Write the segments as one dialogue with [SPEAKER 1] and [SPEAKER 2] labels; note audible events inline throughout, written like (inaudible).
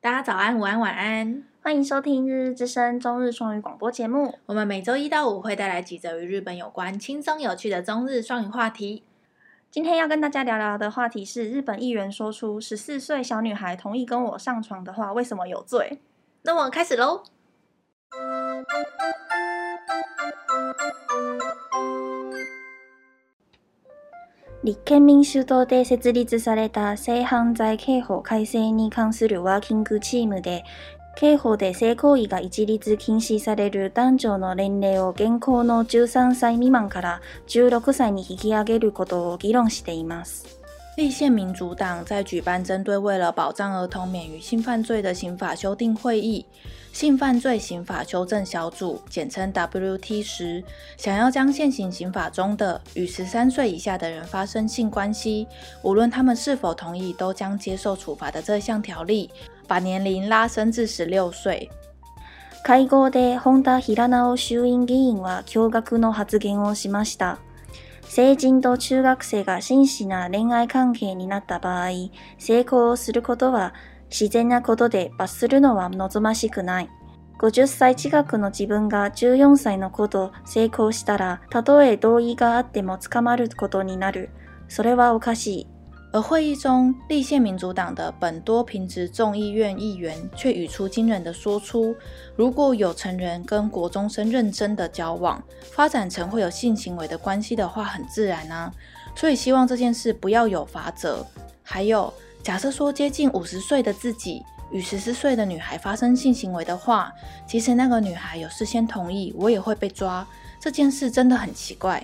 [SPEAKER 1] 大家早安、午安、晚安。
[SPEAKER 2] 欢迎收听《日日之声》中日双语广播节目。
[SPEAKER 1] 我们每周一到五会带来几则与日本有关、轻松有趣的中日双语话题。
[SPEAKER 2] 今天要跟大家聊聊的话题是：日本议员说出十四岁小女孩同意跟我上床的话，为什么有罪？
[SPEAKER 1] 那我开始喽。
[SPEAKER 2] 立憲民主党で設立された性犯罪刑法改正に関するワーキングチームで、刑法で性行為が一律禁止される男女の年齢を現行の13歳未満から16歳に引き上げることを議論しています。
[SPEAKER 1] 立宪民主党在举办针对为了保障儿童免于性犯罪的刑法修订会议、性犯罪刑法修正小组（简称 WT） 时，想要将现行刑法中的与十三岁以下的人发生性关系，无论他们是否同意，都将接受处罚的这项条例，把年龄拉升至十六岁。
[SPEAKER 2] 会合で本田平直衆院議員は驚愕の発言をしました。成人と中学生が真摯な恋愛関係になった場合、性交をすることは自然なことで罰するのは望ましくない。50歳近くの自分が14歳の子と性交したら、たとえ同意があっても捕まることになる。それはおかしい。
[SPEAKER 1] 而会议中，立宪民主党的本多平直众议院议员却语出惊人的说出：如果有成人跟国中生认真的交往，发展成会有性行为的关系的话，很自然啊。所以希望这件事不要有法则。还有，假设说接近五十岁的自己与十四岁的女孩发生性行为的话，即使那个女孩有事先同意，我也会被抓。这件事真的很奇怪。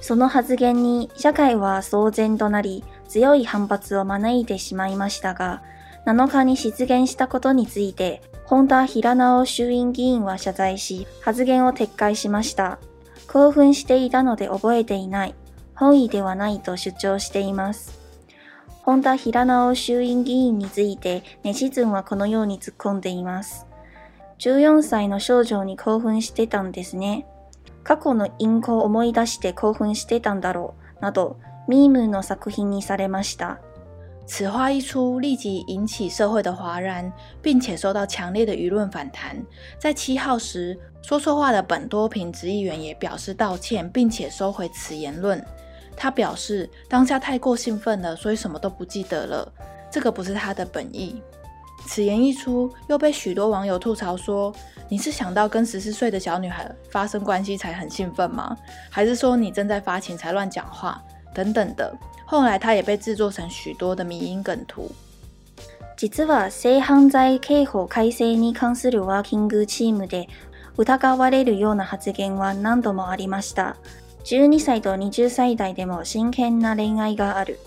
[SPEAKER 2] その発言に社会は騒然となり強い反発を招いてしまいましたが7日に失言したことについて本田平直衆院議員は謝罪し発言を撤回しました興奮していたので覚えていない本意ではないと主張しています本田平直衆院議員についてネシズンはこのように突っ込んでいます14歳の少女に興奮してたんですね過去の因果を思い出して興奮してたんだろうなどミームの作品にされました
[SPEAKER 1] 此话一出，立即引起社会的哗然，并且受到强烈的舆论反弹。在七号时，说错话的本多平直议员也表示道歉，并且收回此言论。他表示，当下太过兴奋了，所以什么都不记得了。这个不是他的本意。此言一出，又被许多网友吐槽说：“你是想到跟十四岁的小女孩发生关系才很兴奋吗？还是说你正在发情才乱讲话？”等等的。后来，它也被制作成许多的迷因梗图。
[SPEAKER 2] 実は性犯罪刑法改正に関するワーキングチームで疑われるような発言は何度もありました12歳と20歳代でも真剣な恋愛がある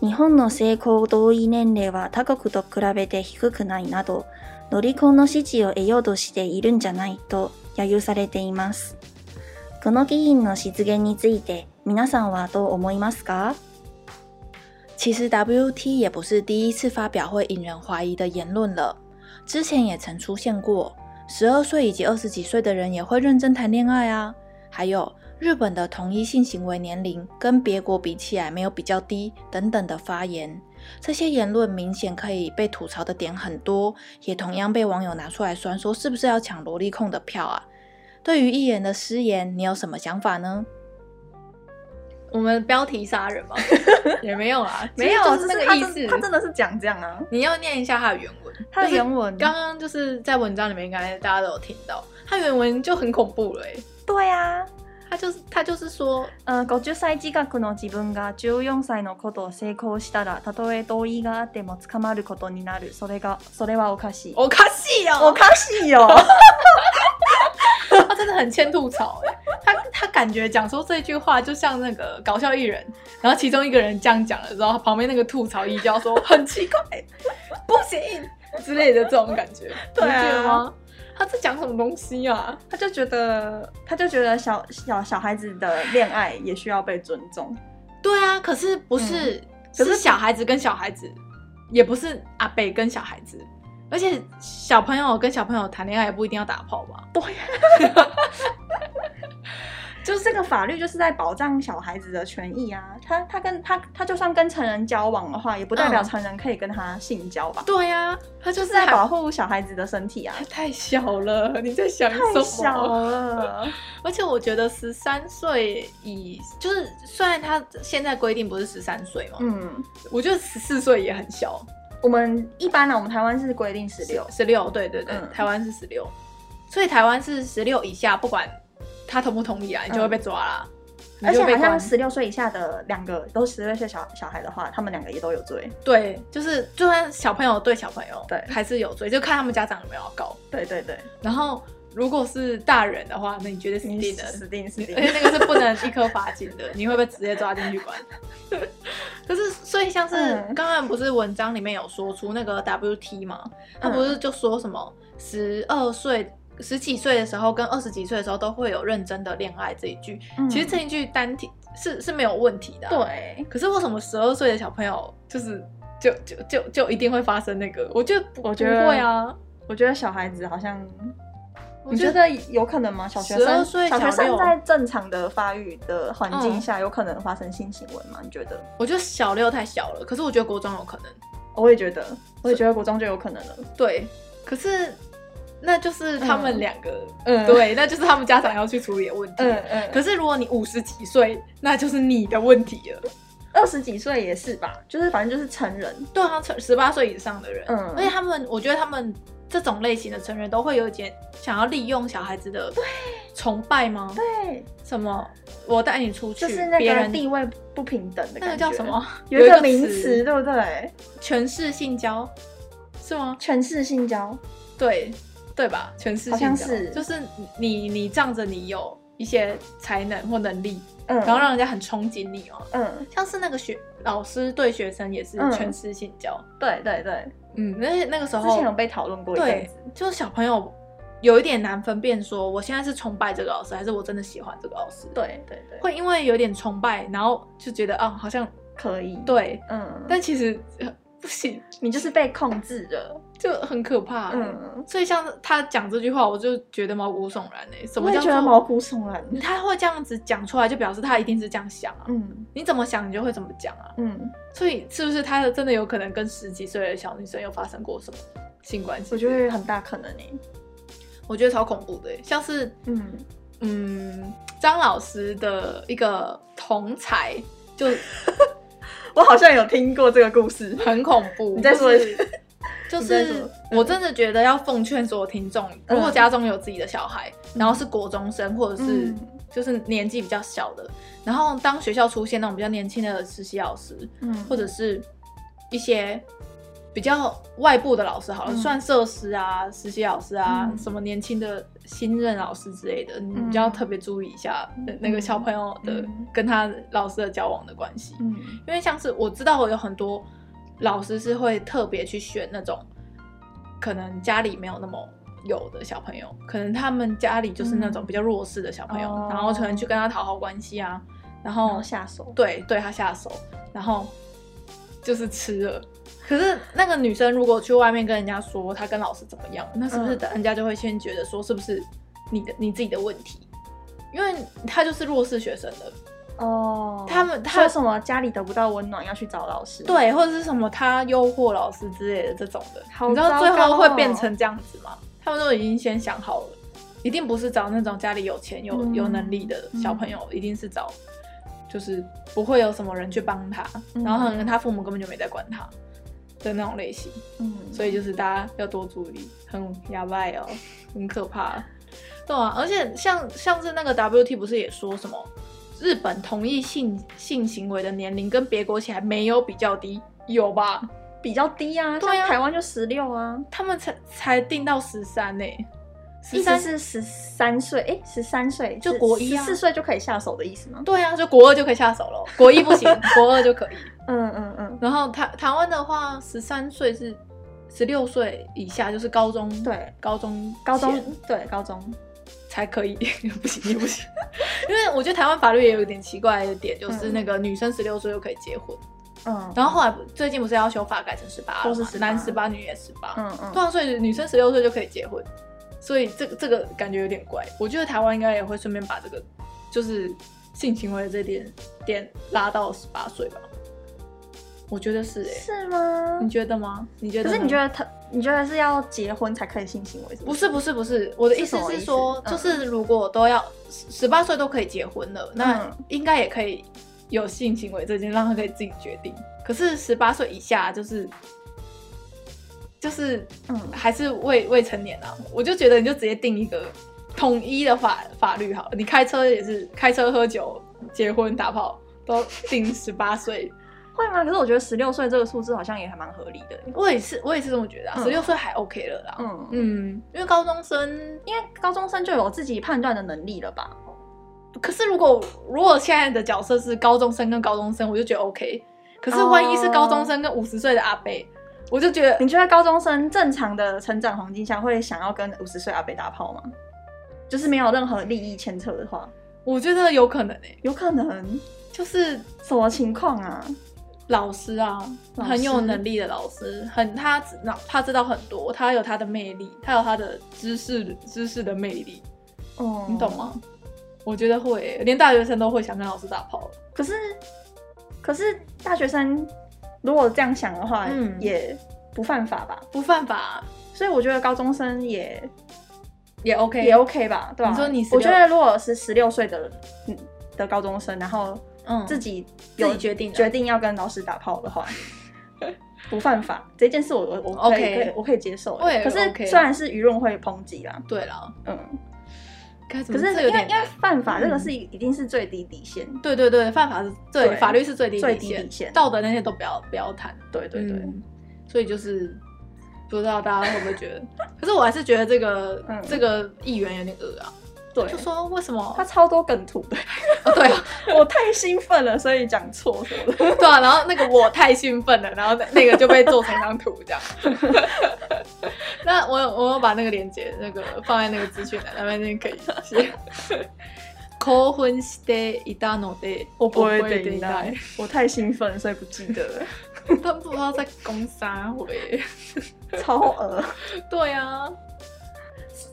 [SPEAKER 2] 日本の性交同意年齢は他国と比べて低くないなど乗り婚の支持を得ようとしているんじゃないと揶揄されていますこの議員の失言について皆さんはどう思いますか
[SPEAKER 1] 其实 WT 也不是第一次发表会引人怀疑的言论了，之前也曾出现过。十二岁以及二十几岁的人也会认真谈恋爱啊。还有日本的同一性行为年龄跟别国比起来没有比较低等等的发言，这些言论明显可以被吐槽的点很多，也同样被网友拿出来酸，说是不是要抢萝莉控的票啊？对于议员的失言，你有什么想法呢？
[SPEAKER 3] 我们标题杀
[SPEAKER 1] (laughs)
[SPEAKER 3] 人吗？也没有啦，
[SPEAKER 2] 没
[SPEAKER 1] 啊
[SPEAKER 2] 有，
[SPEAKER 3] 就是
[SPEAKER 2] 这
[SPEAKER 3] 那个
[SPEAKER 2] 是他
[SPEAKER 3] 意
[SPEAKER 2] 真
[SPEAKER 3] 思。
[SPEAKER 2] 他真的是讲这样啊。
[SPEAKER 3] 你要念一下它的原文，
[SPEAKER 2] 他的原文，
[SPEAKER 3] 刚刚就是在文章里面，应该大家都有听到，它原文就很恐怖了、欸。
[SPEAKER 2] 对啊，
[SPEAKER 3] 它就是它就是说，
[SPEAKER 2] 呃，50歳近くの自分が14歳のことを成功したら、たとえ同意があっても捕まることになる。それが、それはおかしい。
[SPEAKER 3] 我卡西
[SPEAKER 2] お
[SPEAKER 3] 哦，
[SPEAKER 2] かしいよ。
[SPEAKER 3] 他真的很欠吐槽哎、他他感觉讲说这句话就像那个搞笑艺人，然后其中一个人这样讲了之后，旁边那个吐槽艺就要说很奇怪，不行之类的这种感 (laughs) 觉，
[SPEAKER 2] 对啊
[SPEAKER 3] 你不觉得吗？他在讲什么东西啊？
[SPEAKER 2] 他就觉得，他就觉得小小小孩子的恋爱也需要被尊重。
[SPEAKER 3] 对啊，可是不是，可
[SPEAKER 2] 可
[SPEAKER 3] 是
[SPEAKER 2] 是
[SPEAKER 3] 小孩子跟小孩子，也不是阿北跟小孩子，而且小朋友跟小朋友谈恋爱也不一定要打炮吧？对呀、
[SPEAKER 2] 就是这个法律就是在保障小孩子的权益啊。他他跟他他就算跟成人交往的话，也不代表
[SPEAKER 1] 嗯
[SPEAKER 2] 成人可以跟他性交吧。
[SPEAKER 1] 对呀、他就
[SPEAKER 2] 就是是在
[SPEAKER 1] 还
[SPEAKER 2] 保护小孩子的身体啊，
[SPEAKER 1] 太小了，你在想什
[SPEAKER 2] 太
[SPEAKER 1] 么？
[SPEAKER 2] 小了。
[SPEAKER 1] 而且我觉得十三岁以就是，虽然他现在规定不是十三岁嘛，
[SPEAKER 2] 嗯，
[SPEAKER 1] 我觉得十四岁也很小，
[SPEAKER 2] 我们一般呢、我们台湾是规定十六，
[SPEAKER 1] 十六，对对对，
[SPEAKER 2] 嗯
[SPEAKER 1] 台湾是十六，所以台湾是十六以下，不管他同不同意啊，你就会被抓啦，你
[SPEAKER 2] 嗯而且
[SPEAKER 1] 就会被
[SPEAKER 2] 好像
[SPEAKER 1] 关。
[SPEAKER 2] 十六岁以下的两个都十六岁小小孩的话，他们两个也都有罪。
[SPEAKER 1] 对，就是就算小朋友对小朋友，
[SPEAKER 2] 对
[SPEAKER 1] 还是有罪，就看他们家长有没有要告。
[SPEAKER 2] 对对对，
[SPEAKER 1] 然后如果是大人的话，那你绝对死
[SPEAKER 2] 你
[SPEAKER 1] 定了，嗯
[SPEAKER 2] 死定死
[SPEAKER 1] 你
[SPEAKER 2] 定
[SPEAKER 1] 而。且那个是不能一颗罚金的，你会被直接抓进去关。 (laughs) 可是，所以像是
[SPEAKER 2] 嗯
[SPEAKER 1] 刚刚不是文章里面有说出那个 WT 吗？他不是
[SPEAKER 2] 嗯
[SPEAKER 1] 就说什么十二岁、十几岁的时候跟二十几岁的时候都会有认真的恋爱这一句，
[SPEAKER 2] 嗯
[SPEAKER 1] 其实这一句单体是是没有问题的啊、
[SPEAKER 2] 对，
[SPEAKER 1] 可是为什么十二岁的小朋友就是就就就就一定会发生那个？我觉得不
[SPEAKER 2] 我觉得
[SPEAKER 1] 不会啊，
[SPEAKER 2] 我觉得小孩子好像，
[SPEAKER 1] 我
[SPEAKER 2] 你觉得有可能吗？小学生
[SPEAKER 1] 12岁
[SPEAKER 2] 小学
[SPEAKER 1] 小
[SPEAKER 2] 生
[SPEAKER 1] 六
[SPEAKER 2] 在正常的发育的环境
[SPEAKER 1] 嗯
[SPEAKER 2] 下，有可能发生性行为吗？你觉得？
[SPEAKER 1] 我觉得小六太小了，可是我觉得国中有可能。
[SPEAKER 2] 我也觉得，我也觉得国中就有可能了。
[SPEAKER 1] 对，可是那就是他们两个，
[SPEAKER 2] 嗯
[SPEAKER 1] 对，那就是他们家长要去处理的问题。
[SPEAKER 2] 嗯嗯，
[SPEAKER 1] 可
[SPEAKER 2] 可
[SPEAKER 1] 是如果你五十几岁，那就是你的问题了。
[SPEAKER 2] 二十几岁也是吧，就是反正就是成人。
[SPEAKER 1] 对啊，成十八岁以上的人，
[SPEAKER 2] 嗯
[SPEAKER 1] 而且他们，我觉得他们这种类型的成人都会有一点想要利用小孩子的崇拜吗？
[SPEAKER 2] 对，
[SPEAKER 1] 什么？我带你出去，
[SPEAKER 2] 就是那
[SPEAKER 1] 别
[SPEAKER 2] 个
[SPEAKER 1] 人
[SPEAKER 2] 地位不平等的感觉。
[SPEAKER 1] 那个叫什？么？
[SPEAKER 2] 有一
[SPEAKER 1] 有一
[SPEAKER 2] 个
[SPEAKER 1] 个
[SPEAKER 2] 名
[SPEAKER 1] 词
[SPEAKER 2] 词，对不对？
[SPEAKER 1] 权势性交是吗？
[SPEAKER 2] 全是性交。
[SPEAKER 1] 对对吧？全是
[SPEAKER 2] 好像
[SPEAKER 1] 性交
[SPEAKER 2] 是
[SPEAKER 1] 就是你你仗着你有一些才能或能力，
[SPEAKER 2] 嗯，
[SPEAKER 1] 然后让人家很憧憬你哦。
[SPEAKER 2] 嗯，
[SPEAKER 1] 像是那个学老师对学生也是
[SPEAKER 2] 嗯
[SPEAKER 1] 全施性教，
[SPEAKER 2] 对对对，
[SPEAKER 1] 嗯，那那个时
[SPEAKER 2] 之前有
[SPEAKER 1] 候
[SPEAKER 2] 被讨论过一阵
[SPEAKER 1] 对
[SPEAKER 2] 子。，
[SPEAKER 1] 就是小朋友有一点难分辨，说我现在是崇拜这个老师，还是我真的喜欢这个老师？，
[SPEAKER 2] 对对对，
[SPEAKER 1] 会因为有点崇拜，然后就觉得啊，好像
[SPEAKER 2] 可以。，
[SPEAKER 1] 对，
[SPEAKER 2] 嗯，但
[SPEAKER 1] 但其实、呃不行，
[SPEAKER 2] 你就是被控制了。
[SPEAKER 1] 就很可怕、欸
[SPEAKER 2] 嗯，
[SPEAKER 1] 所以像他讲这句话，我就觉得毛骨悚然哎、什
[SPEAKER 2] 我
[SPEAKER 1] 么
[SPEAKER 2] 也
[SPEAKER 1] 叫
[SPEAKER 2] 觉得
[SPEAKER 1] 做
[SPEAKER 2] 毛骨悚然。
[SPEAKER 1] 他会这样子讲出来，就表示他一定是这样想啊。
[SPEAKER 2] 嗯
[SPEAKER 1] 你怎么想，你就会怎么讲啊。
[SPEAKER 2] 嗯，
[SPEAKER 1] 所以是不是他真的有可能跟十几岁的小女生有发生过什么性关系？
[SPEAKER 2] 我觉得很大可能诶。
[SPEAKER 1] 我觉得超恐怖的耶，像是
[SPEAKER 2] 嗯，
[SPEAKER 1] 嗯张老师的一个同才就
[SPEAKER 2] 我好像有听过这个故事。
[SPEAKER 1] 很恐怖。
[SPEAKER 2] (laughs) 你再说一
[SPEAKER 1] 就是
[SPEAKER 2] 次。
[SPEAKER 1] 就
[SPEAKER 2] 你再说
[SPEAKER 1] 是
[SPEAKER 2] 嗯
[SPEAKER 1] 我真的觉得要奉劝所有听众，
[SPEAKER 2] 嗯
[SPEAKER 1] 如果家中有自己的小孩，然后是国中生或者是
[SPEAKER 2] 嗯
[SPEAKER 1] 就是年纪比较小的，然后当学校出现那种比较年轻的实习老师，
[SPEAKER 2] 嗯，
[SPEAKER 1] 或者是一些比较外部的老师好了，
[SPEAKER 2] 嗯
[SPEAKER 1] 算设施啊、实习老师啊，
[SPEAKER 2] 嗯
[SPEAKER 1] 什么年轻的新任老师之类的，你
[SPEAKER 2] 嗯
[SPEAKER 1] 比较特别注意一下那那个小朋友的、
[SPEAKER 2] 嗯
[SPEAKER 1] 跟他老师的交往的关系，
[SPEAKER 2] 嗯
[SPEAKER 1] 因为像是我知道我有很多老师是会特别去选那种可能家里没有那么。有的小朋友，可能他们家里就是那种
[SPEAKER 2] 嗯
[SPEAKER 1] 比较弱势的小朋友，
[SPEAKER 2] 哦
[SPEAKER 1] 然后可能去跟他讨好关系啊，然
[SPEAKER 2] 然
[SPEAKER 1] 后
[SPEAKER 2] 后下手。
[SPEAKER 1] 对对他下手，然后就是吃了。可是那个女生如果去外面跟人家说她跟老师怎么样，那是不是
[SPEAKER 2] 嗯
[SPEAKER 1] 人家就会先觉得说是不是你的你自己的问题？因为她就是弱势学生的，
[SPEAKER 2] 哦，
[SPEAKER 1] 他们他
[SPEAKER 2] 说什么家里得不到温暖，要去找老师。，
[SPEAKER 1] 对，或者是什么她诱惑老师之类的这种的，
[SPEAKER 2] 好
[SPEAKER 1] 你知道
[SPEAKER 2] 糟
[SPEAKER 1] 最后
[SPEAKER 2] 糕
[SPEAKER 1] 会
[SPEAKER 2] 哦
[SPEAKER 1] 变成这样子吗？他们都已经先想好了，一定不是找那种家里有钱有、
[SPEAKER 2] 嗯
[SPEAKER 1] 有能力的小朋友，一定是找就是不会有什么人去帮他，
[SPEAKER 2] 嗯
[SPEAKER 1] 然后可能他父母根本就没在管他的那种类型，
[SPEAKER 2] 嗯，
[SPEAKER 1] 所以就是大家要多注意，很哑巴哦， (laughs) 很可怕。对啊，而且像像是那个 WT 不是也说什么日本同意性性行为的年龄跟别国起来没有比较低，有吧？
[SPEAKER 2] 比较低啊，像
[SPEAKER 1] 对啊
[SPEAKER 2] 台湾就十六啊，
[SPEAKER 1] 他们才才定到十三呢，
[SPEAKER 2] 意
[SPEAKER 1] 十
[SPEAKER 2] 思
[SPEAKER 1] 三
[SPEAKER 2] 是十三岁，哎，十三岁
[SPEAKER 1] 就国一啊
[SPEAKER 2] 十四岁就可以下手的意思吗？
[SPEAKER 1] 对啊，就国二就可以下手了，国一不 (laughs) 行，国二就可以。
[SPEAKER 2] 嗯嗯嗯，
[SPEAKER 1] 然后台台湾的话，十三岁是十六岁以下，就是高中
[SPEAKER 2] 对，
[SPEAKER 1] 高中
[SPEAKER 2] 高
[SPEAKER 1] 前
[SPEAKER 2] 中对高中，
[SPEAKER 1] 才可以， (laughs) 不行也不行，因为我觉得台湾法律也有一点奇怪的点，就是
[SPEAKER 2] 嗯
[SPEAKER 1] 那个女生十六岁就可以结婚，
[SPEAKER 2] 嗯，
[SPEAKER 1] 然后后来最近不是要修法改成十八，
[SPEAKER 2] 都是18
[SPEAKER 1] 男十八女也十八，
[SPEAKER 2] 嗯嗯
[SPEAKER 1] 对啊，所以女生十六岁就可以结婚，所以这个这个感觉有点怪。我觉得台湾应该也会顺便把这个就是性行为这点点拉到十八岁吧？我觉得是哎、
[SPEAKER 2] 是吗
[SPEAKER 1] 你？觉得吗？你觉得
[SPEAKER 2] 可
[SPEAKER 1] 呢？
[SPEAKER 2] 是你觉得他，你觉得是要结婚才可以性行为？
[SPEAKER 1] 不是不是不是，我的意
[SPEAKER 2] 是
[SPEAKER 1] 思
[SPEAKER 2] 什么
[SPEAKER 1] 是
[SPEAKER 2] 意思
[SPEAKER 1] 说，
[SPEAKER 2] 嗯
[SPEAKER 1] 就是如果都要十八岁都可以结婚了，那
[SPEAKER 2] 嗯
[SPEAKER 1] 应该也可以有性行为这件，让他可以自己决定。可是十八岁以下就是就是
[SPEAKER 2] 嗯
[SPEAKER 1] 还是未未成年啊，我就觉得你就直接定一个统一的法法律好了，你开车也是开车、喝酒、结婚、打炮都定十八岁。 (laughs)
[SPEAKER 2] 会吗？可是我觉得十六岁这个数字好像也还蛮合理的。
[SPEAKER 1] 我也是我也是这么觉得、啊，
[SPEAKER 2] 嗯
[SPEAKER 1] 十六岁还 OK 了啦。
[SPEAKER 2] 嗯嗯，
[SPEAKER 1] 嗯，因为高中生
[SPEAKER 2] 因为高中生就有自己判断的能力了吧？
[SPEAKER 1] 可是如果如果现在的角色是高中生跟高中生，我就觉得 OK。可是万一是高中生跟五十岁的阿伯，我就觉得
[SPEAKER 2] 你觉得高中生正常的成长环境下会想要跟五十岁阿伯打炮吗？就是没有任何利益牵扯的话，
[SPEAKER 1] 我觉得有可能诶、
[SPEAKER 2] 有可能
[SPEAKER 1] 就是
[SPEAKER 2] 什么情况啊？
[SPEAKER 1] 老师啊，
[SPEAKER 2] 老师
[SPEAKER 1] 很有能力的老师，很他知道他知道很多，他有他的魅力，他有他的知识知识的魅力，
[SPEAKER 2] 哦
[SPEAKER 1] 你懂？吗？我觉得会欸、连大学生都会想跟老师打炮。
[SPEAKER 2] 可是，可是大学生如果这样想的话，
[SPEAKER 1] 嗯
[SPEAKER 2] 也不犯法吧？
[SPEAKER 1] 不犯法
[SPEAKER 2] 所以我觉得高中生也
[SPEAKER 1] 也 OK，
[SPEAKER 2] 也 OK 吧，对吧、
[SPEAKER 1] 你说你16
[SPEAKER 2] 我觉得如果是十六岁的嗯的高中生，然后
[SPEAKER 1] 嗯，
[SPEAKER 2] 自己
[SPEAKER 1] 自
[SPEAKER 2] 有
[SPEAKER 1] 己决定的
[SPEAKER 2] 决定要跟老师打炮的话， (laughs) 不犯法这件事我，我我可
[SPEAKER 1] OK
[SPEAKER 2] 以可以我可以接受欸。
[SPEAKER 1] 我也
[SPEAKER 2] 可是
[SPEAKER 1] OK
[SPEAKER 2] 虽然是舆论会抨击啦，
[SPEAKER 1] 对了，
[SPEAKER 2] 嗯，
[SPEAKER 1] 该怎
[SPEAKER 2] 可
[SPEAKER 1] 么？
[SPEAKER 2] 是
[SPEAKER 1] 这有
[SPEAKER 2] 因为
[SPEAKER 1] 点
[SPEAKER 2] 因为
[SPEAKER 1] 难
[SPEAKER 2] 犯法这个
[SPEAKER 1] 嗯
[SPEAKER 2] 是一定是最低底线，
[SPEAKER 1] 对对对，犯法是最
[SPEAKER 2] 对
[SPEAKER 1] 法律是最低
[SPEAKER 2] 最
[SPEAKER 1] 底
[SPEAKER 2] 低
[SPEAKER 1] 线，
[SPEAKER 2] 底线
[SPEAKER 1] 道德那些都不要不要谈。
[SPEAKER 2] 对对对，
[SPEAKER 1] 嗯所以就是不知道大家会不会觉得， (laughs) 可是我还是觉得这个、
[SPEAKER 2] 嗯
[SPEAKER 1] 这个议员有点恶啊，
[SPEAKER 2] 对
[SPEAKER 1] 就，说为什么
[SPEAKER 2] 他？超多梗图的，
[SPEAKER 1] 哦、对啊，
[SPEAKER 2] (laughs) 我太兴奋了，所以讲错什么 (laughs) 的。
[SPEAKER 1] 对啊，然后那个我太兴奋了，然后那那个就被做成一张图这样。 (laughs) 那我有我有把那个链接那个放在那个资讯栏那边，那可以写。興奮していたので覚えていない。 (laughs)
[SPEAKER 2] 我太兴奋，所以不记得了，
[SPEAKER 1] 他不知道在攻啥回。
[SPEAKER 2] (laughs) 超额。
[SPEAKER 1] 对啊，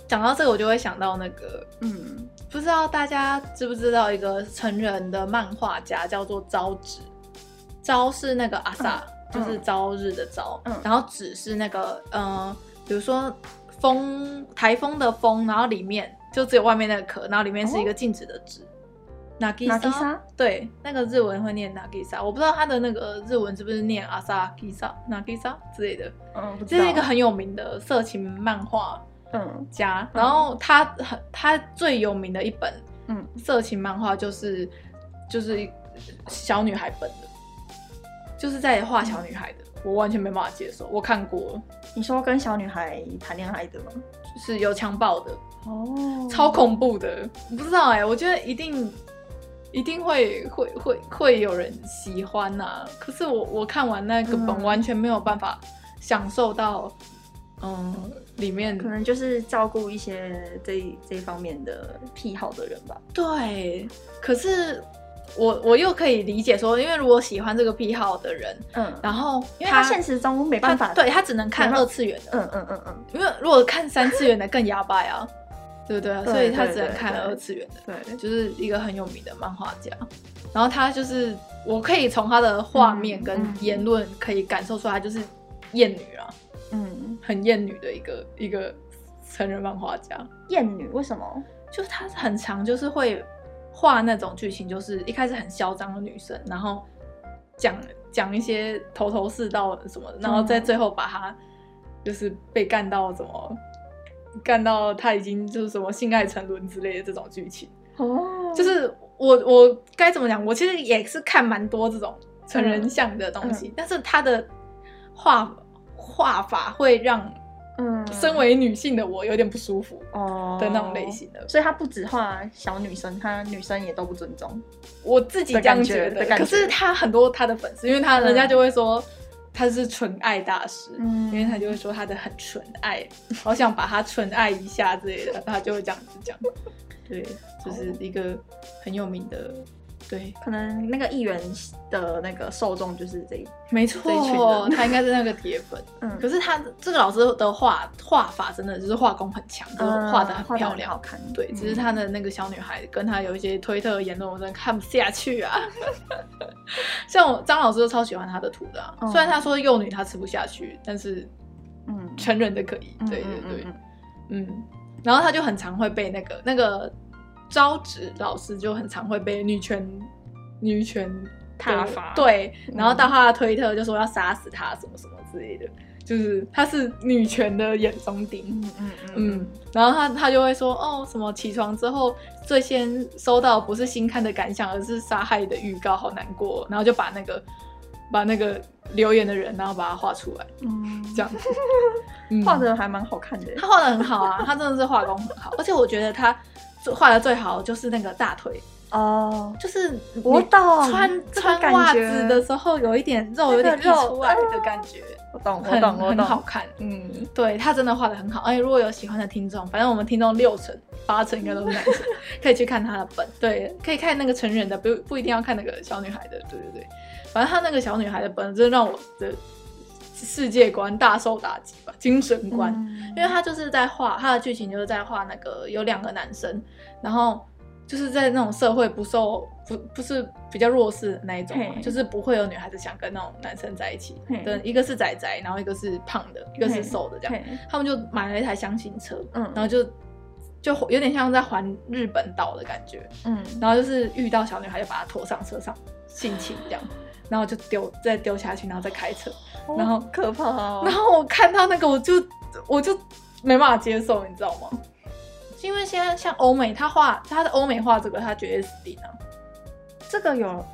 [SPEAKER 1] 讲到这个，我就会想到那个，
[SPEAKER 2] 嗯，
[SPEAKER 1] 不知道大家知不知道一个成人的漫画家叫做朝子，朝是那个阿萨、
[SPEAKER 2] 嗯
[SPEAKER 1] 就是朝日的朝，
[SPEAKER 2] 嗯
[SPEAKER 1] 然后子是那个呃，比如说风台风的风，然后里面就只有外面那个壳，然后里面是一个静止的纸。
[SPEAKER 2] 哦 Nagisa
[SPEAKER 1] 对，那个日文会念 Nagisa，我不知道它的那个日文是不是念 Asagisa、Nagisa 之类的，
[SPEAKER 2] 嗯，不知
[SPEAKER 1] 这
[SPEAKER 2] 道
[SPEAKER 1] 是一个很有名的色情漫画
[SPEAKER 2] 嗯
[SPEAKER 1] 家，
[SPEAKER 2] 嗯
[SPEAKER 1] 然后他很他最有名的一本
[SPEAKER 2] 嗯
[SPEAKER 1] 色情漫画就是就是小女孩本的，就是在画小女孩的，
[SPEAKER 2] 嗯
[SPEAKER 1] 我完全没办法接受，我看过了
[SPEAKER 2] 你说跟小女孩谈恋爱的吗？
[SPEAKER 1] 就是有强暴的，
[SPEAKER 2] 哦
[SPEAKER 1] 超恐怖的，我不知道哎、我觉得一定一定会会会会有人喜欢呐、啊可是我我看完那个本
[SPEAKER 2] 嗯
[SPEAKER 1] 完全没有办法享受到，嗯，里面
[SPEAKER 2] 可能就是照顾一些这这一方面的癖好的人吧。
[SPEAKER 1] 对，可是我我又可以理解说，因为如果喜欢这个癖好的人，
[SPEAKER 2] 嗯，
[SPEAKER 1] 然后
[SPEAKER 2] 因为他现实中没
[SPEAKER 1] 没
[SPEAKER 2] 办法，
[SPEAKER 1] 对，他只能看二次元的，
[SPEAKER 2] 嗯嗯嗯嗯，
[SPEAKER 1] 因为如果看三次元的更牙巴呀，对不对啊？
[SPEAKER 2] 对
[SPEAKER 1] 所以他只
[SPEAKER 2] 对
[SPEAKER 1] 能
[SPEAKER 2] 对
[SPEAKER 1] 看
[SPEAKER 2] 对
[SPEAKER 1] 二次元的。
[SPEAKER 2] 对，
[SPEAKER 1] 就是一个很有名的漫画家。然后他就是，我可以从他的画面跟
[SPEAKER 2] 嗯嗯
[SPEAKER 1] 言论可以感受出来，他就是厌女啊，
[SPEAKER 2] 嗯，
[SPEAKER 1] 很厌女的一个一个成人漫画家。
[SPEAKER 2] 艳女为什么？
[SPEAKER 1] 就是他很常就是会画那种剧情，就是一开始很嚣张的女生，然后讲讲一些头头是道什么的，然后在最后把她就是被干到怎么干到她已经就是什么性爱沉沦之类的这种剧情。
[SPEAKER 2] 哦
[SPEAKER 1] 就
[SPEAKER 2] 就是
[SPEAKER 1] 是我我该怎么讲？我其实也是看蛮多这种成人像的东西，但是他的画画法会让
[SPEAKER 2] 嗯
[SPEAKER 1] 身为女性的我有点不舒服
[SPEAKER 2] 哦
[SPEAKER 1] 的那种类。型的，
[SPEAKER 2] 所以他不止画小女生，他女生也都不尊重。
[SPEAKER 1] 我自己这样觉得。
[SPEAKER 2] 的感觉的感觉
[SPEAKER 1] 可是他很多他的粉丝，因为他
[SPEAKER 2] 嗯
[SPEAKER 1] 人家就会说他是纯爱大师，
[SPEAKER 2] 嗯
[SPEAKER 1] 因为他就会说他的很纯爱，好想把他纯爱一下之类的，他就会这样子讲。对，就是一个很有名的对，
[SPEAKER 2] 可能那个议员的那个受众就是这一，
[SPEAKER 1] 没
[SPEAKER 2] 这一群
[SPEAKER 1] 错，
[SPEAKER 2] 人
[SPEAKER 1] 他应该是那个铁粉。
[SPEAKER 2] 嗯
[SPEAKER 1] (laughs) 可是他这个老师的画画法真的就是画工很强，就是
[SPEAKER 2] 嗯
[SPEAKER 1] 嗯画的很漂亮。
[SPEAKER 2] 好看，嗯
[SPEAKER 1] 对，只是他的那个小女孩跟他有一些推特言论，我真的看不下去
[SPEAKER 2] (laughs)
[SPEAKER 1] 啊。像我张老师就超喜欢他的图的啊、
[SPEAKER 2] 嗯
[SPEAKER 1] 虽然他说幼女他吃不下去，但是
[SPEAKER 2] 嗯，
[SPEAKER 1] 成人的可以。
[SPEAKER 2] 嗯
[SPEAKER 1] 对对
[SPEAKER 2] 嗯嗯
[SPEAKER 1] 对，
[SPEAKER 2] 嗯
[SPEAKER 1] 嗯，然后他就很常会被那个那个招职老师就很常会被女权女权
[SPEAKER 2] 挞伐
[SPEAKER 1] 对，
[SPEAKER 2] 嗯
[SPEAKER 1] 然后到他的推特就说要杀死他什么什么之类的，就是他是女权的眼中钉。
[SPEAKER 2] 嗯嗯嗯
[SPEAKER 1] 嗯，然后他他就会说，哦，什么起床之后最先收到不是新刊的感想，而是杀害的预告，好难过。然后就把那个把那个留言的人，然后把他画出来，
[SPEAKER 2] 嗯，
[SPEAKER 1] 这样子。嗯
[SPEAKER 2] 画的还蛮好看的，
[SPEAKER 1] 他画的很好啊，他真的是画工很好，而且我觉得他最画的最好的就是那个大腿，
[SPEAKER 2] 哦，
[SPEAKER 1] 就是你
[SPEAKER 2] 我懂
[SPEAKER 1] 穿
[SPEAKER 2] 这个
[SPEAKER 1] 穿
[SPEAKER 2] 感
[SPEAKER 1] 袜
[SPEAKER 2] 觉
[SPEAKER 1] 子的时候有一点肉有
[SPEAKER 2] 这个
[SPEAKER 1] 点溢
[SPEAKER 2] 肉
[SPEAKER 1] 出来的感觉，
[SPEAKER 2] 我懂我
[SPEAKER 1] 很
[SPEAKER 2] 懂我
[SPEAKER 1] 很好
[SPEAKER 2] 懂，
[SPEAKER 1] 看。
[SPEAKER 2] 嗯，
[SPEAKER 1] 对他真的画的很好，而且如果有喜欢的听众，反正我们听众六成八成应该都是男生，可以去看他的本，对，可以看那个成人的，不不一定要看那个小女孩的，对对对，反正他那个小女孩的本真的让我的世界观大受打击吧，精神观。
[SPEAKER 2] 嗯
[SPEAKER 1] 因为他就是在画他的剧情，就是在画那个有两个男生，然后就是在那种社会不受不不是比较弱势的那一种嘛
[SPEAKER 2] 嘿
[SPEAKER 1] 就是不会有女孩子想跟那种男生在一起
[SPEAKER 2] 嘿
[SPEAKER 1] 的，一个是仔仔，然后一个是胖的，一个是瘦的这样，
[SPEAKER 2] 嘿
[SPEAKER 1] 他们就买了一台箱型车，
[SPEAKER 2] 嗯
[SPEAKER 1] 然后就就有点像在环日本岛的感觉，
[SPEAKER 2] 嗯
[SPEAKER 1] 然后就是遇到小女孩就把她拖上车上性侵这样，然后就丢再丢下去，然后再开车，然后
[SPEAKER 2] 好可怕哦，
[SPEAKER 1] 然后我看到那个，我就我就没办法接受，你知道吗？是因为现在像欧美，他画他的欧美画这个，他绝对死定了、
[SPEAKER 2] 这个有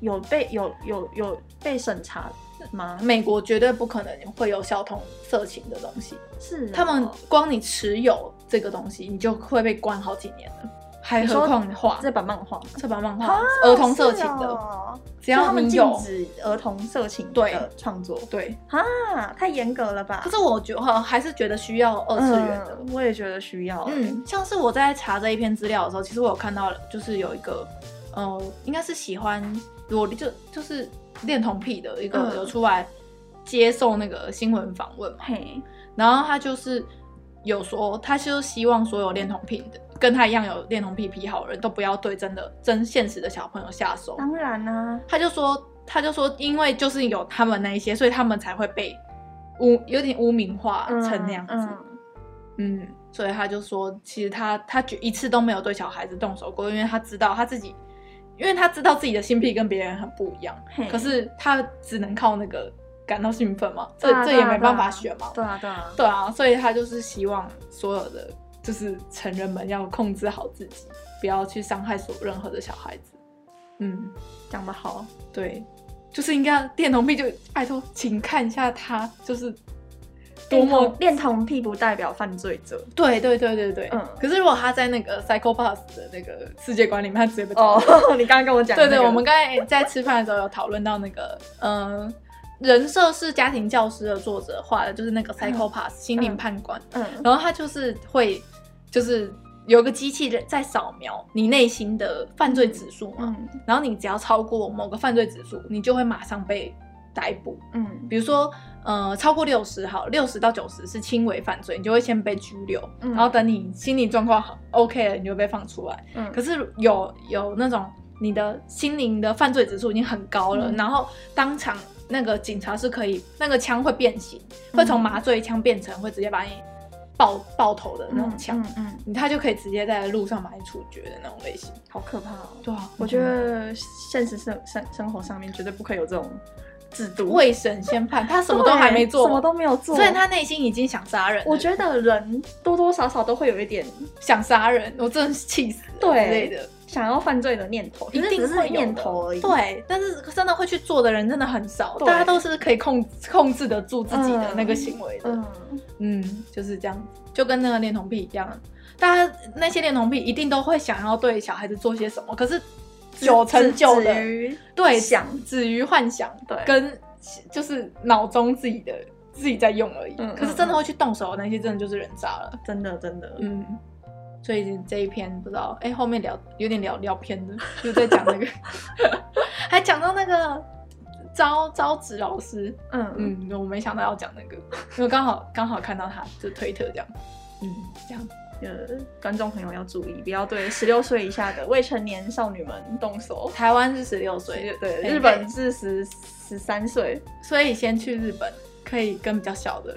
[SPEAKER 2] 有被有有有被审查吗？
[SPEAKER 1] 美国绝对不可能会有小童色情的东西，
[SPEAKER 2] 是哦
[SPEAKER 1] 他们光你持有这个东西，你就会被关好几年了，还
[SPEAKER 2] 你
[SPEAKER 1] 何
[SPEAKER 2] 说
[SPEAKER 1] 况你画
[SPEAKER 2] 这版漫画吗
[SPEAKER 1] 这啊版漫画儿童色情
[SPEAKER 2] 是
[SPEAKER 1] 的，
[SPEAKER 2] 哦
[SPEAKER 1] 只
[SPEAKER 2] 所以
[SPEAKER 1] 要
[SPEAKER 2] 他们
[SPEAKER 1] 你
[SPEAKER 2] 禁
[SPEAKER 1] 有
[SPEAKER 2] 止儿童色情
[SPEAKER 1] 对
[SPEAKER 2] 的创作
[SPEAKER 1] 对。
[SPEAKER 2] 啊，太严格了吧？
[SPEAKER 1] 可是我觉得哦还是觉得需要二次元的，
[SPEAKER 2] 嗯我也觉得需要。
[SPEAKER 1] 嗯，像是我在查这一篇资料的时候，其实我有看到，就是有一个，呃，应该是喜欢我就就是恋童癖的一个、
[SPEAKER 2] 嗯
[SPEAKER 1] 有出来接受那个新闻访问嘛，
[SPEAKER 2] 嘿，
[SPEAKER 1] 然后他就是有说，他就希望所有恋童癖的跟他一样有恋童癖癖好的人都不要对真的真现实的小朋友下手，
[SPEAKER 2] 当然啦，
[SPEAKER 1] 他就说，他就说，因为就是有他们那一些，所以他们才会被污有点污名化
[SPEAKER 2] 嗯
[SPEAKER 1] 成那样子。
[SPEAKER 2] 嗯
[SPEAKER 1] 嗯，所以他就说，其实他他就一次都没有对小孩子动手过，因为他知道他自己，因为他知道自己的性癖跟别人很不一样，
[SPEAKER 2] 嘿
[SPEAKER 1] 可是他只能靠那个感到兴奋嘛，这、
[SPEAKER 2] 对啊
[SPEAKER 1] 这
[SPEAKER 2] 对
[SPEAKER 1] 也
[SPEAKER 2] 啊
[SPEAKER 1] 没办法
[SPEAKER 2] 对啊
[SPEAKER 1] 选嘛，
[SPEAKER 2] 对啊对啊，
[SPEAKER 1] 对啊，所以他就是希望所有的就是成人们要控制好自己，不要去伤害所任何的小孩子。嗯，
[SPEAKER 2] 讲得好，
[SPEAKER 1] 对，就是应该恋童癖就拜托，请看一下他就是多么
[SPEAKER 2] 恋童恋童癖不代表犯罪者
[SPEAKER 1] 对对对对对，
[SPEAKER 2] 嗯
[SPEAKER 1] 可是如果他在那个 Psycho Pass 的那个世界观里面，他直接被抓
[SPEAKER 2] 哦。 (laughs) 你刚刚跟我讲那
[SPEAKER 1] (laughs) 对
[SPEAKER 2] 个，
[SPEAKER 1] 对，我们刚才在吃饭的时候有讨论到那个，嗯，人设是家庭教师的作者画的，就是那个 Psycho Pass、心灵判官，
[SPEAKER 2] 嗯
[SPEAKER 1] 然后他就是会就是有个机器在扫描你内心的犯罪指数嘛，
[SPEAKER 2] 嗯
[SPEAKER 1] 然后你只要超过某个犯罪指数，你就会马上被逮捕。
[SPEAKER 2] 嗯
[SPEAKER 1] 比如说，呃，超过六十好，六十到九十是轻微犯罪，你就会先被拘留，
[SPEAKER 2] 嗯
[SPEAKER 1] 然后等你心理状况好 OK 了，你就被放出来。
[SPEAKER 2] 嗯，
[SPEAKER 1] 可是有有那种你的心灵的犯罪指数已经很高了，
[SPEAKER 2] 嗯
[SPEAKER 1] 然后当场那个警察是可以，那个枪会变形，会从
[SPEAKER 2] 嗯
[SPEAKER 1] 麻醉枪变成会直接把你爆爆头的那种枪，
[SPEAKER 2] 嗯嗯，嗯
[SPEAKER 1] 你他就可以直接在路上把你处决的那种类型。
[SPEAKER 2] 好可怕哦。
[SPEAKER 1] 对啊，
[SPEAKER 2] 我觉得现实生生生活上面绝对不可以有这种制度，
[SPEAKER 1] 未审先判，他什么都还没做，
[SPEAKER 2] 对什么都没有做，
[SPEAKER 1] 虽然他内心已经想杀人了，
[SPEAKER 2] 我觉得人多多少少都会有一点
[SPEAKER 1] 想杀人，我真的是气死了
[SPEAKER 2] 对
[SPEAKER 1] 之类的，
[SPEAKER 2] 想要犯罪的念头，
[SPEAKER 1] 一
[SPEAKER 2] 可是
[SPEAKER 1] 定
[SPEAKER 2] 只
[SPEAKER 1] 会
[SPEAKER 2] 是
[SPEAKER 1] 有
[SPEAKER 2] 念
[SPEAKER 1] 的
[SPEAKER 2] 头而已。，
[SPEAKER 1] 对，但是真的会去做的人真的很少，
[SPEAKER 2] 对
[SPEAKER 1] 大家都是可以控控制得住自己的那个行为的。嗯，
[SPEAKER 2] 嗯，
[SPEAKER 1] 就是这样，就跟那个恋童癖一样，大家那些恋童癖一定都会想要对小孩子做些什么，可是九成九的
[SPEAKER 2] 止于
[SPEAKER 1] 对
[SPEAKER 2] 想
[SPEAKER 1] 止于幻想，
[SPEAKER 2] 对
[SPEAKER 1] 跟就是脑中自己的自己在用而已。
[SPEAKER 2] 嗯嗯
[SPEAKER 1] 可是真的会去动手的那些，真的就是人渣了。
[SPEAKER 2] 真的真的，
[SPEAKER 1] 嗯，所以这一篇不知道，哎、后面聊有点聊聊偏 (laughs) 的，就在讲那个，还讲到那个招招子老师，
[SPEAKER 2] 嗯嗯，
[SPEAKER 1] 嗯，我没想到要讲那个，因为刚好刚好看到他就推特这样，嗯，这样
[SPEAKER 2] 呃，观众朋友要注意，不要对十六岁以下的未成年少女们动手。
[SPEAKER 1] 台湾是十六岁
[SPEAKER 2] 对，对，
[SPEAKER 1] 哎
[SPEAKER 2] 日本是十十三岁，
[SPEAKER 1] 所以先去日本可以跟比较小的。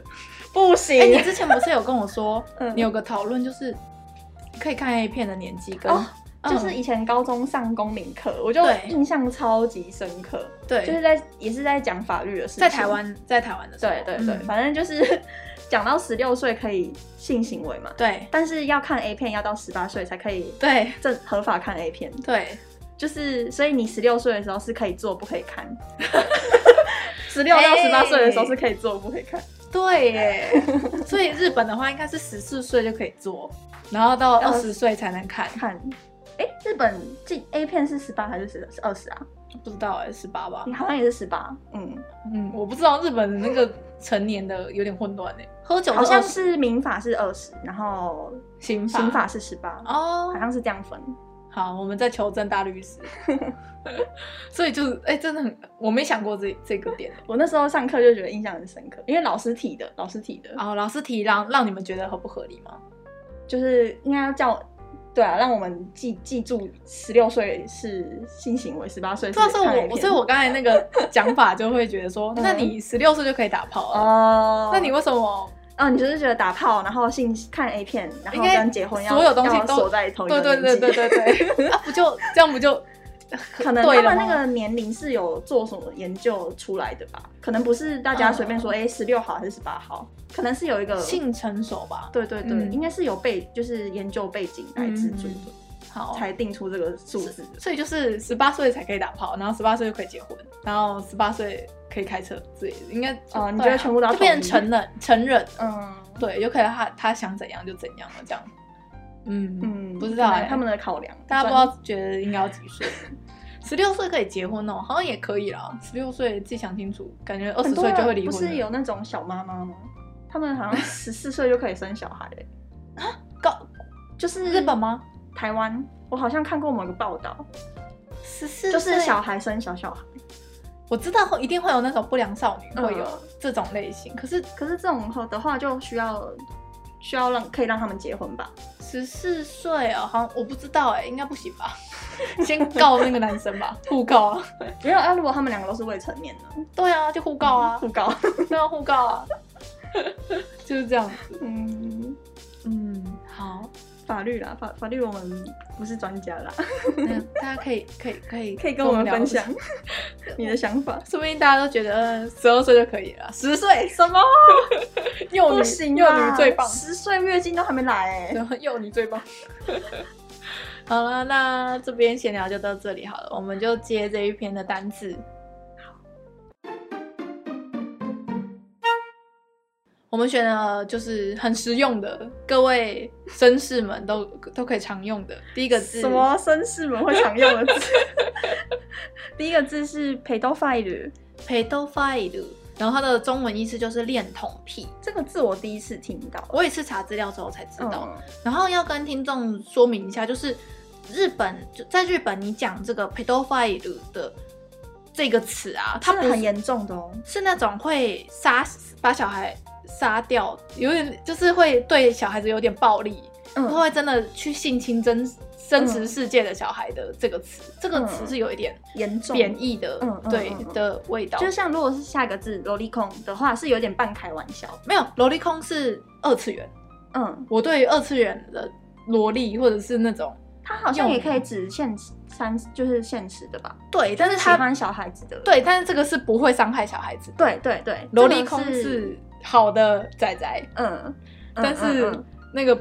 [SPEAKER 2] 不行
[SPEAKER 1] 哎、你之前不是有跟我说，
[SPEAKER 2] (laughs) 嗯
[SPEAKER 1] 你有个讨论就是可以看 A 片的年纪跟、
[SPEAKER 2] 哦就是
[SPEAKER 1] 嗯
[SPEAKER 2] 以前高中上公民课，我就
[SPEAKER 1] 对
[SPEAKER 2] 印象超级深刻，
[SPEAKER 1] 对，
[SPEAKER 2] 就是在也是在讲法律的事情，
[SPEAKER 1] 在台。湾，在台湾的时候，
[SPEAKER 2] 对对对，
[SPEAKER 1] 嗯
[SPEAKER 2] 反正就是讲到十六岁可以性行为嘛，
[SPEAKER 1] 对
[SPEAKER 2] 但是要看 A 片要到十八岁才可以
[SPEAKER 1] 对
[SPEAKER 2] 正合法看 A 片，
[SPEAKER 1] 对，
[SPEAKER 2] 就是所以你十六岁的时候是可以做不可以看，十六到十八岁的时候是可以做不可以看，
[SPEAKER 1] 哎对 (laughs) 耶，所以日本的话应该是十四岁就可以做，然后到
[SPEAKER 2] 到
[SPEAKER 1] 二十岁才能看，
[SPEAKER 2] 看。哎，日本进 A 片是十八还是十是二十啊？
[SPEAKER 1] 不知道哎，十八吧
[SPEAKER 2] 你？好像也是十八，嗯，
[SPEAKER 1] 嗯，我不知道日本的那个成年的有点混乱哎，喝酒
[SPEAKER 2] 好像
[SPEAKER 1] 20
[SPEAKER 2] 是民法是二十，然后
[SPEAKER 1] 刑法
[SPEAKER 2] 刑法是十八，
[SPEAKER 1] 哦
[SPEAKER 2] 好，像是这样分。
[SPEAKER 1] 好，我们再求证大律 (laughs) 师。所以就是哎，真的很，我没想过这这个点 (laughs) 耶。
[SPEAKER 2] 我那时候上课就觉得印象很深刻，因为老师提的，老师提的，
[SPEAKER 1] 哦，老师提让让你们觉得合不合理吗？
[SPEAKER 2] 就是应该要叫，对啊，让我们记记住十六岁是性行为，十八岁是
[SPEAKER 1] 对啊，所以
[SPEAKER 2] 看 A
[SPEAKER 1] 我
[SPEAKER 2] 片
[SPEAKER 1] 所以我刚才那个讲法就会觉得 (laughs) 说，
[SPEAKER 2] 嗯
[SPEAKER 1] 那你十六岁就可以打炮了，
[SPEAKER 2] 哦，
[SPEAKER 1] 那你为什么
[SPEAKER 2] 哦，你就是觉得打炮，然后性看 A 片，然
[SPEAKER 1] 应
[SPEAKER 2] 后
[SPEAKER 1] 该
[SPEAKER 2] 跟结婚要
[SPEAKER 1] 所有东西
[SPEAKER 2] 要
[SPEAKER 1] 都
[SPEAKER 2] 锁在同一个
[SPEAKER 1] 对对对对
[SPEAKER 2] 哦年纪，
[SPEAKER 1] 对对，
[SPEAKER 2] (laughs)
[SPEAKER 1] 啊，不就 (laughs) 这样不就
[SPEAKER 2] 可能
[SPEAKER 1] 对
[SPEAKER 2] 他
[SPEAKER 1] 了
[SPEAKER 2] 们那
[SPEAKER 1] 吗
[SPEAKER 2] 个年龄是有做什么研究出来的吧？可能不是大家随便说，哎、十六好还是十八好，可能是有一个
[SPEAKER 1] 嗯性成熟吧？
[SPEAKER 2] 对对对，
[SPEAKER 1] 嗯
[SPEAKER 2] 应该是有背，就是研究背景来资助的，
[SPEAKER 1] 好，
[SPEAKER 2] 才定出这个数字的。
[SPEAKER 1] 所以哦就是十八岁才可以打炮，然后十八岁就可以结婚，然后十八岁可以开车之类的，应该
[SPEAKER 2] 哦你
[SPEAKER 1] 对啊
[SPEAKER 2] 觉得全部都要
[SPEAKER 1] 就变
[SPEAKER 2] 统一
[SPEAKER 1] 成人成人，
[SPEAKER 2] 嗯
[SPEAKER 1] 对，有可能他他想怎样就怎样了这样，嗯
[SPEAKER 2] 嗯，
[SPEAKER 1] 不知道
[SPEAKER 2] 可能
[SPEAKER 1] 哎
[SPEAKER 2] 他们的考量，
[SPEAKER 1] 大家不知道觉得应该要几岁？十六岁可以结婚哦，好像也可以啦。十六岁自己想清楚，感觉二
[SPEAKER 2] 很
[SPEAKER 1] 十
[SPEAKER 2] 多
[SPEAKER 1] 岁
[SPEAKER 2] 人
[SPEAKER 1] 就会离婚
[SPEAKER 2] 不
[SPEAKER 1] 了。
[SPEAKER 2] 是有那种小妈妈吗？他们好像十四岁就可以生小孩欸嘞、
[SPEAKER 1] 高
[SPEAKER 2] 就是
[SPEAKER 1] 日本、吗？
[SPEAKER 2] 台湾，我好像看过某个报道，
[SPEAKER 1] 十四
[SPEAKER 2] 就是小孩生小小孩。
[SPEAKER 1] 我知道会一定会有那种不良少女，
[SPEAKER 2] 嗯
[SPEAKER 1] 会有这种类型。可是
[SPEAKER 2] 可是这种的话，就需要需要让可以让他们结婚吧？
[SPEAKER 1] 十四岁哦，好像我不知道哎、应该不行吧？ (laughs) 先告那个男生 (laughs) 吧，互告啊。
[SPEAKER 2] 没有啊，如果他们两个都是未成年呢？
[SPEAKER 1] 对啊，就互告啊
[SPEAKER 2] 不，高。
[SPEAKER 1] (laughs) 对啊，互告啊， (laughs) 就是这样子。
[SPEAKER 2] 嗯，
[SPEAKER 1] 嗯，好，
[SPEAKER 2] 法律啦，法法律我们不是专家啦，
[SPEAKER 1] (laughs) 那大家可以可以 (laughs) 可以
[SPEAKER 2] 可以跟我们
[SPEAKER 1] 聊
[SPEAKER 2] 分享你的想法。
[SPEAKER 1] 说不定大家都觉得呃十二岁就可以了，十岁 (laughs)
[SPEAKER 2] 什么？
[SPEAKER 1] 幼
[SPEAKER 2] 不
[SPEAKER 1] 女
[SPEAKER 2] 行
[SPEAKER 1] 幼
[SPEAKER 2] 啊！
[SPEAKER 1] 女最棒，
[SPEAKER 2] 十岁月经都还没来、欸，
[SPEAKER 1] 然后幼女最棒。好了，那这边闲聊就到这里好了，我们就接这一篇的单字。我们选了就是很实用的，各位绅士们都都可以常用的第一个字
[SPEAKER 2] 什么绅士们会常用
[SPEAKER 1] (laughs)
[SPEAKER 2] 的字？第一个字是 pedophile，
[SPEAKER 1] pedophile，然后它的中文意思就是恋童癖。
[SPEAKER 2] 这个字我第一次听到。
[SPEAKER 1] 我也是查资料之后才知道，
[SPEAKER 2] 嗯
[SPEAKER 1] 然后要跟听众说明一下，就是日本就在日本，你讲这个 pedophile 的这个词啊，它
[SPEAKER 2] 它
[SPEAKER 1] 不
[SPEAKER 2] 很
[SPEAKER 1] 是
[SPEAKER 2] 严重的哦。
[SPEAKER 1] 是那种会杀把小孩杀掉，有点就是会对小孩子有点暴力，
[SPEAKER 2] 嗯
[SPEAKER 1] 会真的去性侵真真实世界的小孩的这个词，这个词是有一点
[SPEAKER 2] 严重
[SPEAKER 1] 贬义哦的，
[SPEAKER 2] 嗯嗯
[SPEAKER 1] 对
[SPEAKER 2] 嗯嗯
[SPEAKER 1] 的味道，
[SPEAKER 2] 就像如果是下一个字 lolicon 的话，是有点半开玩笑。
[SPEAKER 1] 没有萝莉控是二次元，
[SPEAKER 2] 嗯，
[SPEAKER 1] 我对于二次元的萝莉或者是那种。
[SPEAKER 2] 它好像
[SPEAKER 1] 用
[SPEAKER 2] 也可以指现实三，就是现实的吧？
[SPEAKER 1] 对，但是
[SPEAKER 2] 喜
[SPEAKER 1] 他
[SPEAKER 2] 欢小孩子的。
[SPEAKER 1] 对，但是这个是不会伤害小孩子的。
[SPEAKER 2] 对对对，
[SPEAKER 1] 萝
[SPEAKER 2] 这
[SPEAKER 1] 莉
[SPEAKER 2] 个
[SPEAKER 1] 控是好的仔仔，
[SPEAKER 2] 嗯，
[SPEAKER 1] 但
[SPEAKER 2] 嗯
[SPEAKER 1] 是
[SPEAKER 2] 嗯
[SPEAKER 1] 那个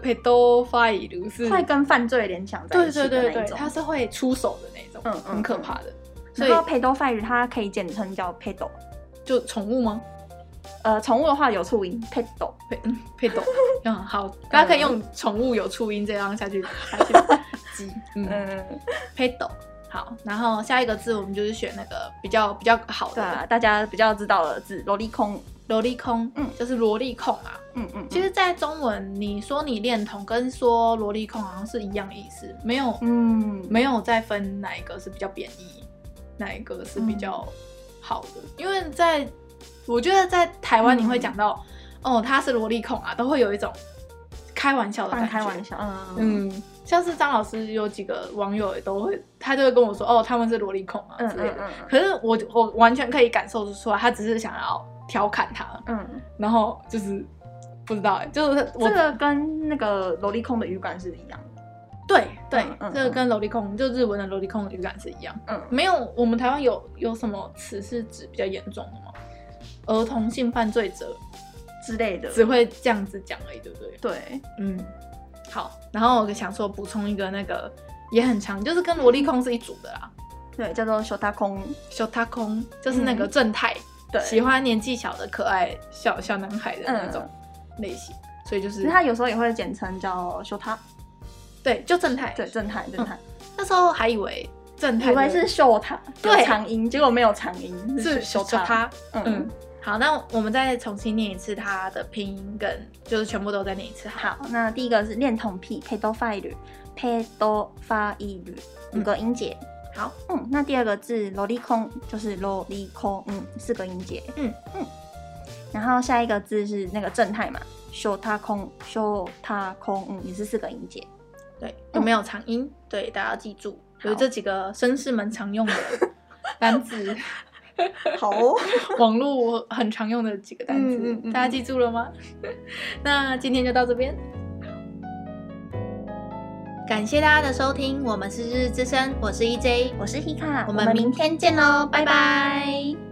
[SPEAKER 1] pedophile 是
[SPEAKER 2] 嗯会跟犯罪联想在
[SPEAKER 1] 对
[SPEAKER 2] 一起
[SPEAKER 1] 对
[SPEAKER 2] 的
[SPEAKER 1] 对
[SPEAKER 2] 那
[SPEAKER 1] 对
[SPEAKER 2] 一，
[SPEAKER 1] 他
[SPEAKER 2] 种。
[SPEAKER 1] 是会出手的那种，
[SPEAKER 2] 嗯嗯
[SPEAKER 1] 很可怕的。所以
[SPEAKER 2] 然后 pedophile 它可以简称叫 pedo，
[SPEAKER 1] 就宠物
[SPEAKER 2] (laughs)
[SPEAKER 1] 吗
[SPEAKER 2] 呃，宠物的话有促音 pedo。
[SPEAKER 1] ？pe 嗯 pedo，嗯好，大家可以用
[SPEAKER 2] 嗯
[SPEAKER 1] 宠物有促音这样下去
[SPEAKER 2] (laughs)
[SPEAKER 1] 下去记，嗯
[SPEAKER 2] 嗯，
[SPEAKER 1] pedo。好，然后下一个字我们就是选那个比较比较好
[SPEAKER 2] 对啊，
[SPEAKER 1] 的，
[SPEAKER 2] 大家比较知道的字 lolicon。
[SPEAKER 1] 萝莉控，
[SPEAKER 2] 嗯
[SPEAKER 1] 就是萝莉控啊。
[SPEAKER 2] 嗯嗯，
[SPEAKER 1] 其实，在中文，你说你恋童跟说萝莉控好像是一样的意思，没有、
[SPEAKER 2] 嗯
[SPEAKER 1] 没有再分哪一个是比较贬义，哪一个是比较好的。因为在我觉得在台湾，你会讲到、
[SPEAKER 2] 嗯
[SPEAKER 1] 哦他是萝莉控啊，都会有一种开玩笑的感
[SPEAKER 2] 半
[SPEAKER 1] 觉。
[SPEAKER 2] 开玩笑，嗯嗯
[SPEAKER 1] 嗯，像是张老师有几个网友也都会，他就会跟我说哦他们是萝莉控啊
[SPEAKER 2] 嗯
[SPEAKER 1] 之类的。
[SPEAKER 2] 嗯嗯
[SPEAKER 1] 可是我我完全可以感受得出来，他只是想要调侃他，
[SPEAKER 2] 嗯，
[SPEAKER 1] 然后就是不知道欸，就是我、
[SPEAKER 2] 这个跟那个萝莉控的语感是一样的，
[SPEAKER 1] 对对
[SPEAKER 2] 嗯，嗯
[SPEAKER 1] 这个跟萝莉控就日文的萝莉控的语感是一样。
[SPEAKER 2] 嗯，
[SPEAKER 1] 没有，我们台湾有有什么词是指比较严重的吗？儿童性犯罪者
[SPEAKER 2] 之类的，
[SPEAKER 1] 只会这样子讲而已，对不对？
[SPEAKER 2] 对，
[SPEAKER 1] 嗯，好。然后我想说补充一个那个也很长，就是跟萝莉控是一组的啦。
[SPEAKER 2] 对，叫做小大空，
[SPEAKER 1] 小他空就是那个正太，
[SPEAKER 2] 嗯对，
[SPEAKER 1] 喜欢年纪小的可爱小小男孩的那种
[SPEAKER 2] 嗯
[SPEAKER 1] 类型，所以就
[SPEAKER 2] 其
[SPEAKER 1] 是
[SPEAKER 2] 实他有时候也会简称叫秀他，
[SPEAKER 1] 对就正太。
[SPEAKER 2] 对，正太正太，
[SPEAKER 1] 那时候还以为正
[SPEAKER 2] 以
[SPEAKER 1] 太
[SPEAKER 2] 为是秀他，
[SPEAKER 1] 对
[SPEAKER 2] 有长音，结果没有长音，
[SPEAKER 1] 是
[SPEAKER 2] 秀
[SPEAKER 1] 小他，嗯
[SPEAKER 2] 嗯，。
[SPEAKER 1] 好，那我们再重新念一次它的拼音跟，就是全部都再念一次。好，
[SPEAKER 2] 好，那第一个是恋童癖 （pedophile），pedophile 五个音节。
[SPEAKER 1] 好，
[SPEAKER 2] 嗯，那第二个字 lolicon 就是 lolicon，嗯，四个音节。
[SPEAKER 1] 嗯
[SPEAKER 2] 嗯。然后下一个字是那个正太嘛 s h o t a k o n s h o t a k o n 嗯，也是四个音节。
[SPEAKER 1] 对，有没有长音？对，大家要记住，有
[SPEAKER 2] 哦好
[SPEAKER 1] 这几个绅士们常
[SPEAKER 2] (laughs)
[SPEAKER 1] 用的单字，
[SPEAKER 2] 好、 (laughs)
[SPEAKER 1] 网络很常用的几个单字，
[SPEAKER 2] 嗯嗯嗯
[SPEAKER 1] 大家记住了吗？ (laughs) 那今天就到这边。感谢大家的收听，我们是日日之声，我是 EJ，
[SPEAKER 2] 我是 Hika，
[SPEAKER 1] 我们明
[SPEAKER 2] 天见喽，拜拜